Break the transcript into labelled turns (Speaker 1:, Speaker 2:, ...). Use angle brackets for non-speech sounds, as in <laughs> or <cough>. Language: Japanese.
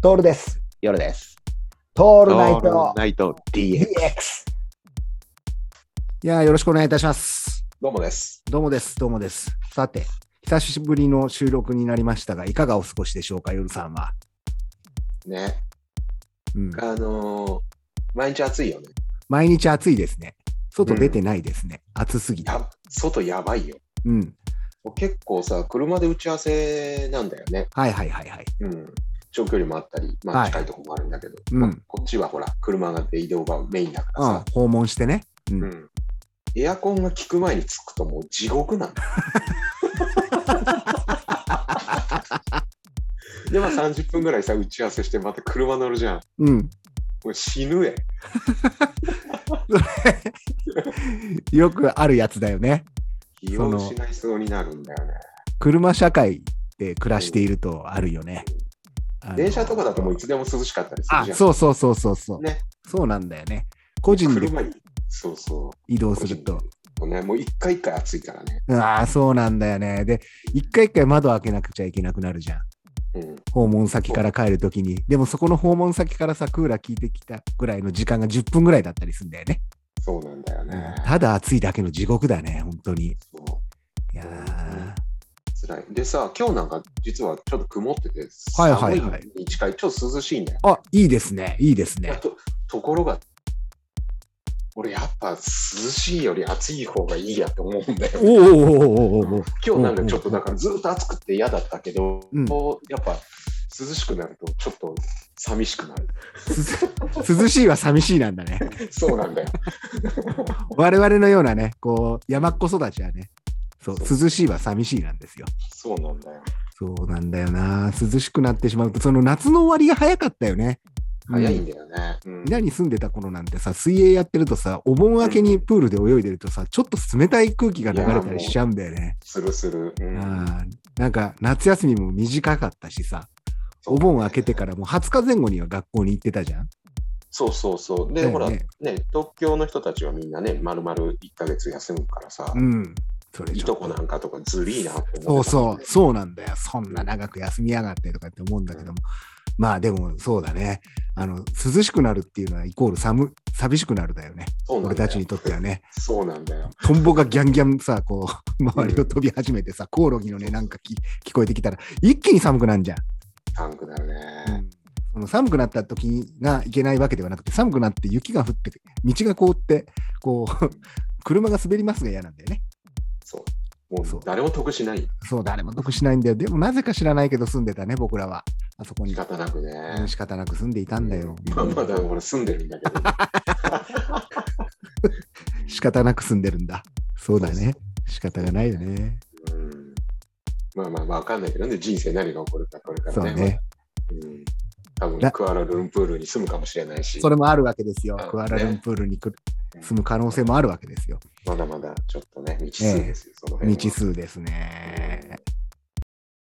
Speaker 1: トールです。
Speaker 2: 夜です。
Speaker 1: ト
Speaker 2: オ
Speaker 1: ールナイト
Speaker 2: ナイト DX。
Speaker 1: DX。いやー、よろしくお願いいたします。
Speaker 2: どうもです。
Speaker 1: どうもです、どうもです。さて、久しぶりの収録になりましたが、いかがお過ごしでしょうか、夜さんは。
Speaker 2: ね。
Speaker 1: うん、
Speaker 2: あのー、毎日暑いよね。
Speaker 1: 毎日暑いですね。外出てないですね。暑すぎて。
Speaker 2: や、外やばいよ。
Speaker 1: うん。
Speaker 2: 結構さ、車で打ち合わせなんだよね。
Speaker 1: はいはいはいはい。
Speaker 2: うん。長距離もあったり、ま
Speaker 1: は
Speaker 2: あ
Speaker 1: い
Speaker 2: 近いとこもあるんだけど、
Speaker 1: うん
Speaker 2: まあこっちはほら、車で移動がメインだから
Speaker 1: うん
Speaker 2: さ、、
Speaker 1: 訪問してね。うん
Speaker 2: うん。エアコンが効く前に着くともう地獄な
Speaker 1: <laughs>
Speaker 2: んだ。で、まあ30分ぐらいさ、打ち合わせして、また車乗るじゃん。
Speaker 1: うん。
Speaker 2: もう死ぬえ。
Speaker 1: よくあるやつだよね。
Speaker 2: 気を失いそうになるんだよね。
Speaker 1: 車社会で暮らしているとあるよね。あの
Speaker 2: 電車とかだともういつでも涼しかったりする
Speaker 1: あ
Speaker 2: じゃん。
Speaker 1: そうそうそうそうそう、
Speaker 2: ね
Speaker 1: そうなんだよね個人で
Speaker 2: 車に。そうそ
Speaker 1: 移動
Speaker 2: う。
Speaker 1: すると
Speaker 2: 個人で。もうね、もう一回一回暑いからね。
Speaker 1: ああそうなんだよねで一回一回窓開けなくちゃいけなくなるじゃん
Speaker 2: うん。
Speaker 1: 訪問先から帰るときにでもそこの訪問先からさクーラー効いてきたぐらいの時間が10分ぐらいだったりするんだよね、
Speaker 2: そうなんだよ
Speaker 1: うん
Speaker 2: ね。
Speaker 1: ただ暑いだけの地獄だね本当にい
Speaker 2: そう
Speaker 1: やー
Speaker 2: 辛い。でさ、今日なんか実はちょっと曇ってて、
Speaker 1: はいはいはい
Speaker 2: 寒いに近い、ちょっと涼しいんだよ。
Speaker 1: あいいですねいいです
Speaker 2: いや
Speaker 1: ね
Speaker 2: とところが、俺やっぱ涼しいより暑い方がいいやと思うんだよ。
Speaker 1: おおおおおおお
Speaker 2: 今日なんかちょっとだからずっと暑くて嫌だったけど、
Speaker 1: うん
Speaker 2: やっぱ涼しくなるとちょっと寂しくなる。
Speaker 1: <laughs> 涼しいは寂しいなんだね
Speaker 2: そうなんだよ。
Speaker 1: 我々のようなねこう山っ子育ちはねそう
Speaker 2: そう
Speaker 1: 涼しいは寂しいなんですよ
Speaker 2: そうなんだよ。
Speaker 1: そうなんだよな涼しくなってしまうとその夏の終わりが早かったよね
Speaker 2: 早い
Speaker 1: うん
Speaker 2: んだよね。うん
Speaker 1: みんなに住んでた頃なんてさ水泳やってるとさお盆明けにプールで泳いでるとさちょっと冷たい空気が流れたりしちゃうんだよね、
Speaker 2: するする。うん
Speaker 1: あーなんか夏休みも短かったしさお盆明けてからもう20日前後には学校に行ってたじゃん
Speaker 2: そうそうそう。
Speaker 1: だ
Speaker 2: で、
Speaker 1: よね
Speaker 2: ほら、ね、東京の人たちはみんなね、まるまる1ヶ月休むからさ、
Speaker 1: うんそれ
Speaker 2: い
Speaker 1: ち
Speaker 2: と
Speaker 1: ょっ
Speaker 2: ことなんかとかずりーなって
Speaker 1: そう
Speaker 2: 思ってた
Speaker 1: そ
Speaker 2: もん
Speaker 1: う
Speaker 2: ね
Speaker 1: そうなんだよそんな長く休みやがってとかって思うんだけども、まあでもそうだねあの涼しくなるっていうのはイコール寒寂しくなるだよね
Speaker 2: そうなん
Speaker 1: 俺
Speaker 2: だ
Speaker 1: たち
Speaker 2: よ
Speaker 1: に。とってはね、
Speaker 2: そうなんだよ。
Speaker 1: トンボがギャンギャンさ、こう、 <laughs> 周りを飛び始めてさ、コオロギのね、なんかき聞こえてきたら、一気に寒くなるじゃん。
Speaker 2: 寒くなるね。
Speaker 1: その寒くなった時がいけないわけではなくて、寒くなって雪が降って、道が凍って、こう、 <laughs> 車が滑りますが嫌なんだよね。
Speaker 2: そう。も
Speaker 1: そう
Speaker 2: う誰も得しない。
Speaker 1: そう、誰も得しないんだよ。でも、なぜか知らないけど住んでたね、僕らは。あそこに
Speaker 2: 仕。方なくね
Speaker 1: うん。仕方なく住んでいたんだよ。
Speaker 2: <laughs> まあまだ俺住んでるんだけど。
Speaker 1: 仕方なく住んでるんだ。そうだね。仕方がないよね。
Speaker 2: うんまあまあまあ、わかんないけどね、人生何が起こるか、これか
Speaker 1: そう
Speaker 2: らね。
Speaker 1: ね。
Speaker 2: うん、多
Speaker 1: な
Speaker 2: 分クアラルンプールに住むかもしれないし、
Speaker 1: それもあるわけですよ
Speaker 2: そう。ね
Speaker 1: クアラルンプールに来る
Speaker 2: うん
Speaker 1: 住む可能性もあるわけですよ。
Speaker 2: まだまだちょっとね、未知数ですよ、その辺は
Speaker 1: 未知数ですね。